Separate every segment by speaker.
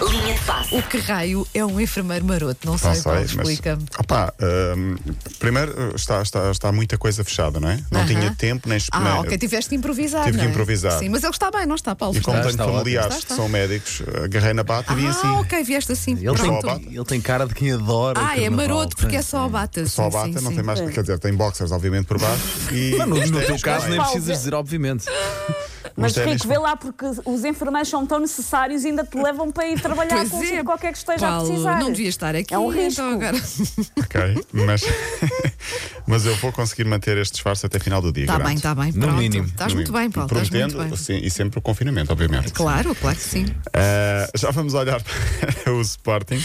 Speaker 1: Linha de passe.
Speaker 2: O que raio é um enfermeiro maroto? Não sei,
Speaker 3: Não
Speaker 2: Paulo,
Speaker 3: sei, mas.
Speaker 2: explica-me.
Speaker 3: Opá, hum, primeiro está, está, está muita coisa fechada, não é? Não
Speaker 2: Aham.
Speaker 3: tinha tempo, nem.
Speaker 2: Ah,
Speaker 3: nem-
Speaker 2: ok, tiveste de improvisar.
Speaker 3: é- Tive
Speaker 2: não
Speaker 3: que
Speaker 2: é?
Speaker 3: improvisar.
Speaker 2: Sim, mas ele está bem, não está, Paulo?
Speaker 3: E como
Speaker 2: Está?
Speaker 3: tenho
Speaker 4: está ótimo.
Speaker 3: familiares
Speaker 2: Está, está.
Speaker 3: que são médicos, agarrei na pata e vi
Speaker 2: ah,
Speaker 3: assim.
Speaker 2: ok, vieste assim.
Speaker 4: Ele
Speaker 2: Pronto.
Speaker 3: só bate.
Speaker 4: tem, ele tem cara de quem adora. o
Speaker 2: Ah, é
Speaker 4: carnaval.
Speaker 2: maroto porque é
Speaker 4: Sim,
Speaker 2: só a
Speaker 4: sim.
Speaker 2: bata.
Speaker 3: Só
Speaker 2: sim,
Speaker 3: a bata,
Speaker 2: sim,
Speaker 3: não
Speaker 2: sim.
Speaker 3: tem mais. Quer dizer, tem boxers, obviamente, por baixo. E
Speaker 2: é
Speaker 4: No,
Speaker 3: uns
Speaker 4: no teu
Speaker 3: ténis
Speaker 4: caso, nem
Speaker 3: com-
Speaker 5: Pausa.
Speaker 4: precisas dizer, obviamente.
Speaker 3: uns
Speaker 5: Mas
Speaker 3: ténis
Speaker 5: Rico, vê lá porque os enfermeiros são tão necessários e ainda te levam para ir trabalhar
Speaker 2: Pois
Speaker 5: com um
Speaker 2: é,
Speaker 5: sítio qualquer que esteja
Speaker 2: Paulo,
Speaker 5: a precisar.
Speaker 2: Não devia estar aqui.
Speaker 5: É um risco.
Speaker 2: Então agora.
Speaker 3: Ok, mas, mas eu vou conseguir manter este disfarce até final do dia.
Speaker 2: Está
Speaker 3: garanto.
Speaker 2: Tá bem, está bem.
Speaker 4: No
Speaker 2: Pronto.
Speaker 4: mínimo.
Speaker 2: Estás
Speaker 3: No
Speaker 2: muito
Speaker 3: mínimo.
Speaker 2: bem, Paulo. Estás
Speaker 3: Prometendo,
Speaker 2: muito bem.
Speaker 3: sim, e sempre o confinamento, obviamente.
Speaker 2: Claro, claro que sim.
Speaker 3: Uh, já vamos olhar para o Sporting.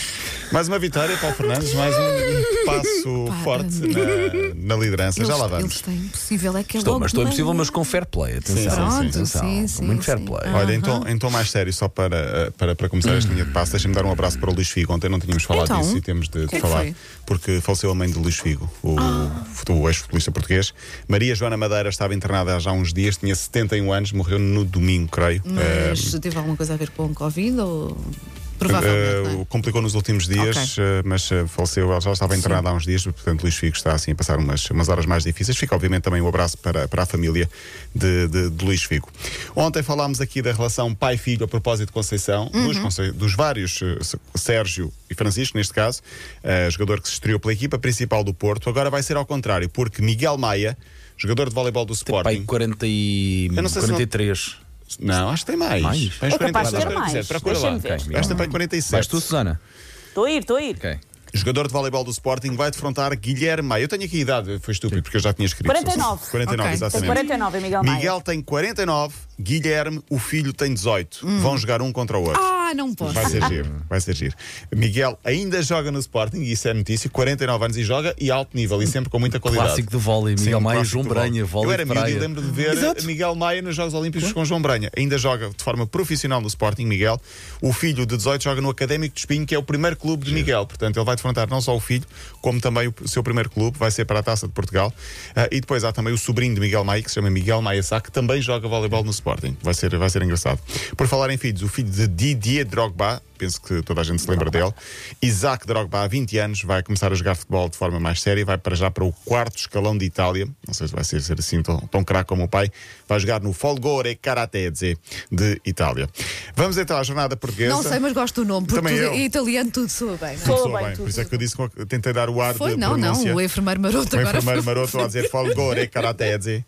Speaker 3: Mais uma vitória, Paulo Fernandes, mais um passo
Speaker 2: Pá,
Speaker 3: forte na, na liderança. já lá
Speaker 2: Eles
Speaker 3: vamos.
Speaker 2: têm impossível, é que é
Speaker 4: Estou,
Speaker 2: logo
Speaker 4: mas estou
Speaker 2: de
Speaker 4: impossível,
Speaker 2: manhã.
Speaker 4: mas com fair play. Atenção.
Speaker 3: Sim,
Speaker 2: Pronto,
Speaker 4: atenção.
Speaker 2: sim,
Speaker 4: Com
Speaker 2: sim.
Speaker 4: muito fair
Speaker 2: sim.
Speaker 4: play.
Speaker 2: Ah.
Speaker 3: Olha, então, então mais sério, só para, uh, para, para começar esta linha de passo, deixa-me dar um abraço para o Luís Figo. Ontem não tínhamos falado
Speaker 2: Então,
Speaker 3: disso e temos de, de
Speaker 2: que é que
Speaker 3: falar.
Speaker 2: foi? Ah.
Speaker 3: porque faleceu a mãe de Luís Figo, o, o ex-futebolista português. Maria Joana Madeira estava internada há já uns dias, tinha 71 anos, morreu no domingo, creio. Uh,
Speaker 2: Mas teve alguma coisa a ver com Covid ou.
Speaker 3: Eh,
Speaker 2: Provavelmente. não é?
Speaker 3: complicou nos últimos dias,
Speaker 2: Ok.
Speaker 3: eh, mas eh, faleceu. Ela já estava internada há uns dias, portanto, Luís Figo está assim a passar umas, umas horas mais difíceis. Fica, obviamente, também um abraço para, para a família de, de, de Luís Figo. Ontem falámos aqui da relação pai-filho a propósito de Conceição,
Speaker 2: Uhum.
Speaker 3: dos, Conce- dos vários, eh, Se- Sérgio e Francisco, neste caso, eh, jogador que se estreou pela equipa principal do Porto. Agora vai ser ao contrário, porque Miguel Maia, jogador de voleibol do
Speaker 4: Pai,
Speaker 3: Sporting.
Speaker 4: 40 e...
Speaker 3: Eu não sei se não-
Speaker 4: 43.
Speaker 3: Não, acho que tem mais.
Speaker 4: Mais?
Speaker 3: Tem uns
Speaker 5: É capaz
Speaker 3: 47,
Speaker 5: de ter mais.
Speaker 3: 47, Procura lá.
Speaker 5: Deixa-me ver.
Speaker 4: Ok.
Speaker 3: Esta tem 47.
Speaker 4: Vais tu, Susana?
Speaker 5: Estou a ir, estou a ir.
Speaker 4: Ok.
Speaker 3: Jogador de voleibol do Sporting vai defrontar Guilherme Maia. Eu tenho aqui a idade, foi estúpido, porque eu já tinha escrito.
Speaker 5: 49.
Speaker 3: 49,
Speaker 2: Ok.
Speaker 5: Tem
Speaker 3: exatamente.
Speaker 5: 49, Miguel Maia.
Speaker 3: Miguel tem 49, Guilherme, o filho, tem 18. Vão jogar um contra o outro.
Speaker 2: Hum. Ah, não posso.
Speaker 3: Vai ser giro, vai ser giro. Miguel ainda joga no Sporting, e isso é notícia, 49 anos e joga e alto nível, e sempre com muita qualidade.
Speaker 4: Clássico de vôlei, Miguel Maia,
Speaker 3: clássico
Speaker 4: João
Speaker 3: de
Speaker 4: Branha, vôlei
Speaker 3: Eu era
Speaker 4: de
Speaker 3: miúdo e
Speaker 4: praia.
Speaker 3: lembro de ver
Speaker 4: Exato.
Speaker 3: Miguel Maia nos Jogos Olímpicos com João Branha. Ainda joga de forma profissional no Sporting, Miguel. O filho de 18 joga no Académico de Espinho, que é o primeiro clube de Miguel. Portanto, ele vai defrontar não só o filho, como também o seu primeiro clube, vai ser para a Taça de Portugal. Ah, e depois há também o sobrinho de Miguel Maia, que se chama Miguel Maia Sá, que também joga voleibol no Sporting. Vai ser, vai ser engraçado. Por falar em filhos, o filho de Didier Drogba, penso que toda a gente se lembra dele, Isaac Drogba, há 20 anos, vai começar a jogar futebol de forma mais séria, vai para já para o quarto escalão de Itália. Não sei se vai ser, ser assim tão, tão craque como o pai. Vai jogar no Folgore Caratese de Itália. Vamos então à jornada portuguesa.
Speaker 2: Não sei, mas gosto do nome, porque
Speaker 3: Também
Speaker 2: tudo,
Speaker 3: eu.
Speaker 2: em italiano tudo soa bem. não é?
Speaker 5: Soa
Speaker 3: Soa
Speaker 5: bem,
Speaker 3: bem, por
Speaker 5: tudo.
Speaker 3: isso é que eu disse que tentei dar o ar
Speaker 2: Foi,
Speaker 3: de
Speaker 2: não, não.
Speaker 3: pronúncia.
Speaker 2: O enfermeiro maroto
Speaker 3: O
Speaker 2: agora.
Speaker 3: enfermeiro
Speaker 2: foi-
Speaker 3: maroto a dizer folgore karateze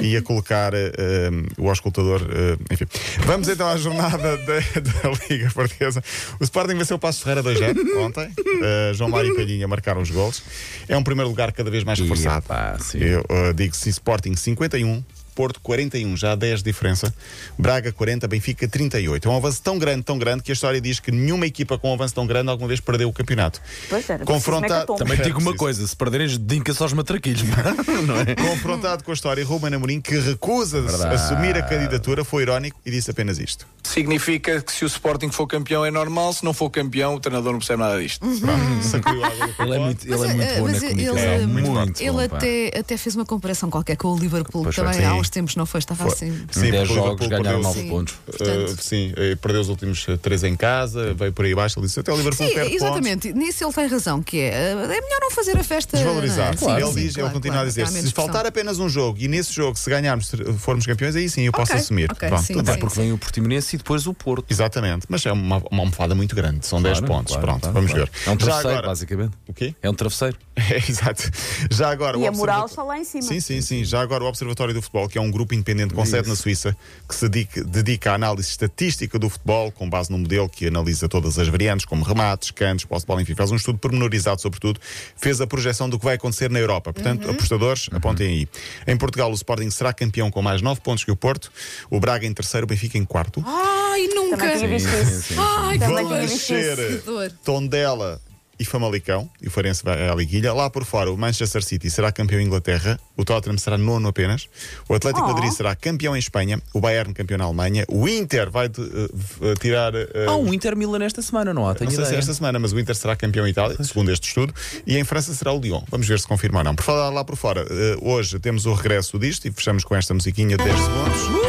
Speaker 3: e a colocar eh, eh, o auscultador. eh, enfim, vamos então à jornada da, da Liga Portuguesa. O Sporting venceu o Passo Ferreira 2 ontem. Eh, João Mário e Palhinha marcaram os gols. É um primeiro lugar cada vez mais reforçado.
Speaker 4: Ah, pá, sim.
Speaker 3: Eu eh, digo sim, Sporting 51. Porto 41, já há 10 de diferença. Braga 40, Benfica 38. É um avanço tão grande, tão grande, que a história diz que nenhuma equipa com um avanço tão grande alguma vez perdeu o campeonato.
Speaker 5: Pois era,
Speaker 3: Confronta-
Speaker 5: preciso mecatombe.
Speaker 4: Também te digo uma
Speaker 3: Preciso.
Speaker 4: coisa: se perderem, dedica só aos matraquilhos, não é?
Speaker 3: Confrontado com a história, Ruben Amorim, que recusa de
Speaker 4: Verdade.
Speaker 3: assumir a candidatura, foi irónico e disse apenas isto.
Speaker 6: Significa que se o Sporting for campeão é normal, se não for campeão, o treinador não percebe nada disto.
Speaker 3: Pronto, sacudiu a água do
Speaker 4: Ele é
Speaker 3: pacote.
Speaker 4: muito, ele
Speaker 2: Mas,
Speaker 4: é muito
Speaker 2: eh, mas
Speaker 4: bom na comunicação.
Speaker 2: ele,
Speaker 4: é muito
Speaker 2: ele
Speaker 4: bom, pá.
Speaker 2: até, até fez uma comparação qualquer com o Liverpool
Speaker 4: Pois foi,
Speaker 2: também há
Speaker 3: sim.
Speaker 2: uns tempos, não foi? Estava assim.
Speaker 3: Sim,
Speaker 4: Em 10
Speaker 3: porque o
Speaker 4: jogos
Speaker 3: Liverpool perdeu-
Speaker 4: ganharam 9
Speaker 2: Sim.
Speaker 4: pontos.
Speaker 3: Eh,
Speaker 2: Portanto.
Speaker 3: sim, eh, perdeu os últimos eh, três em casa, veio por aí abaixo. Ele disse até o Liverpool
Speaker 2: Sim,
Speaker 3: perde pontos.
Speaker 2: exatamente. Nisso ele tem razão, que é. eh, É melhor não fazer a festa. não
Speaker 3: Desvalorizar.
Speaker 2: é? Sim,
Speaker 3: ele
Speaker 2: sim,
Speaker 3: diz,
Speaker 2: claro,
Speaker 3: ele continua
Speaker 2: claro, é
Speaker 3: a dizer:
Speaker 2: há menos
Speaker 3: se faltar
Speaker 2: pressão.
Speaker 3: apenas um jogo e nesse jogo, se ganharmos, se formos campeões, aí sim eu posso
Speaker 2: Ok,
Speaker 3: assumir.
Speaker 2: ok,
Speaker 3: Pronto,
Speaker 2: sim,
Speaker 3: tudo
Speaker 2: sim.
Speaker 3: bem.
Speaker 4: Porque vem o Portimonense e depois o Porto.
Speaker 3: Exatamente, mas é uma, uma almofada muito grande, são 10
Speaker 4: Claro,
Speaker 3: pontos.
Speaker 4: claro,
Speaker 3: Pronto,
Speaker 4: claro,
Speaker 3: vamos
Speaker 4: claro.
Speaker 3: ver.
Speaker 4: É um
Speaker 3: Já
Speaker 4: travesseiro,
Speaker 3: agora-
Speaker 4: basicamente.
Speaker 3: O quê?
Speaker 4: É um travesseiro.
Speaker 3: É, exato. Já agora, o
Speaker 5: E a moral
Speaker 3: Observatório-
Speaker 5: está lá em cima.
Speaker 3: Sim, sim, sim. Já agora, o Observatório do Futebol, que é um grupo independente com sede na Suíça, que se dedica, dedica à análise estatística do futebol, com base num modelo que analisa todas as variantes, como remates, cantos, posse de bola, enfim, faz um estudo pormenorizado sobre tudo, fez a projeção do que vai acontecer na Europa. Portanto, apostadores, apontem aí. Em Portugal, o Sporting será campeão com mais 9 pontos que o Porto, o Braga em terceiro, o Benfica em quarto.
Speaker 2: Ai, nunca!
Speaker 5: Também tinha visto
Speaker 4: Sim,
Speaker 5: isso.
Speaker 4: sim, sim.
Speaker 2: Ai, que
Speaker 5: Também
Speaker 3: Vão
Speaker 5: tinha
Speaker 2: horror.
Speaker 5: visto
Speaker 3: descer
Speaker 2: Que dor.
Speaker 3: Tondela e Famalicão, e o Farense vai à Liguilha. Lá por fora, o Manchester City será campeão em Inglaterra, o Tottenham será nono apenas, o Atlético
Speaker 5: Oh.
Speaker 3: Madrid será campeão em Espanha, o Bayern campeão na Alemanha, o Inter vai de- eh, v- eh, tirar. eh,
Speaker 4: Há um Inter Milan esta semana, não há? Tenho
Speaker 3: não sei se é
Speaker 4: ideia.
Speaker 3: esta semana, mas o Inter será campeão em Itália, segundo este estudo, e em França será o Lyon. Vamos ver se confirma ou não. Por
Speaker 2: Uh!
Speaker 3: falar lá por fora, eh, hoje temos o regresso disto e fechamos com esta musiquinha de 10 segundos.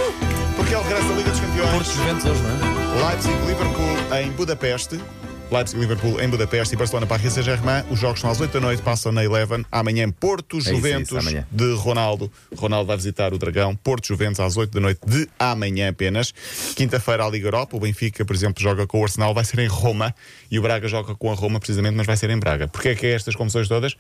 Speaker 3: Porque que é o regresso da Liga dos Campeões.
Speaker 4: Porto Juventus hoje, não é?
Speaker 3: Leipzig-Liverpool em Budapeste. Leipzig-Liverpool em Budapeste e Barcelona Paris Saint-Germain. Os jogos são às 8 da noite, passam na Eleven. Amanhã,
Speaker 4: isso, é isso,
Speaker 3: Porto-Juventus
Speaker 4: amanhã.
Speaker 3: de Ronaldo. Ronaldo vai visitar o Dragão. Porto-Juventus às 8 da noite de amanhã apenas. Quinta-feira, a Liga Europa. O Benfica, por exemplo, joga com o Arsenal. Vai ser em Roma. E o Braga joga com a Roma, precisamente, mas vai ser em Braga. Porquê é que é estas comissões todas?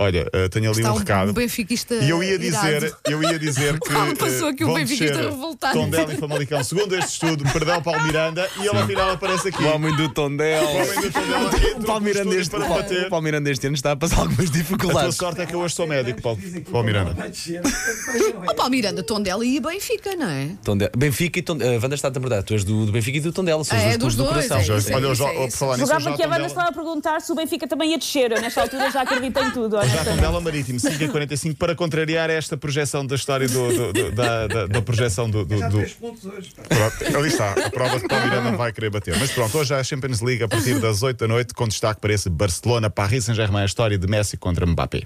Speaker 3: Olha, eh, tenho ali
Speaker 2: Está
Speaker 3: um
Speaker 2: um-
Speaker 3: recado.
Speaker 2: um benfiquista
Speaker 3: E eu ia
Speaker 2: irado.
Speaker 3: dizer, eu ia dizer que. eh,
Speaker 2: Paulo passou aqui um benfiquista revoltado.
Speaker 3: Tondela e Famalicão, segundo este estudo, perdão Paulo Miranda, e ele afinal aparece aqui.
Speaker 4: O homem do Tondel.
Speaker 3: O homem do Tondela entrou
Speaker 4: O
Speaker 3: no
Speaker 4: Palmeiras
Speaker 3: estúdio
Speaker 4: este,
Speaker 3: para bater.
Speaker 4: o Palmeiras este ano está a passar algumas
Speaker 3: A tua
Speaker 4: dificuldades.
Speaker 3: sorte é que eu hoje sou médico, Paulo, Paulo Miranda.
Speaker 2: Ó Paulo Miranda, Tondela e Benfica, não é?
Speaker 4: Tondela. Benfica e Tondela. Eh, Wanda está a verdade. Tu és do, do Benfica e do Tondela. São os
Speaker 2: É,
Speaker 4: dois
Speaker 2: dos
Speaker 4: clubes
Speaker 2: dois,
Speaker 4: do coração.
Speaker 2: é isso,
Speaker 3: Olha, eu
Speaker 2: isso,
Speaker 3: já
Speaker 2: é
Speaker 3: vou
Speaker 2: isso.
Speaker 3: falar nisso.
Speaker 5: Jogava
Speaker 3: já
Speaker 5: que a Wanda
Speaker 3: Tondela-
Speaker 5: estava a perguntar se o Benfica também ia descer. Eu, nesta altura já acredito em tudo,
Speaker 3: Já
Speaker 5: honestamente.
Speaker 3: Tondela Marítimo, 5 a 45, para contrariar esta projeção da história do, do- do- da, da- da projeção do. do, do... Pronto, ali está, a prova de que o Miranda vai querer bater. Mas pronto, hoje há a Champions League a partir das 8 da noite, com destaque para esse Barcelona, Paris Saint-Germain, a história de Messi contra Mbappé.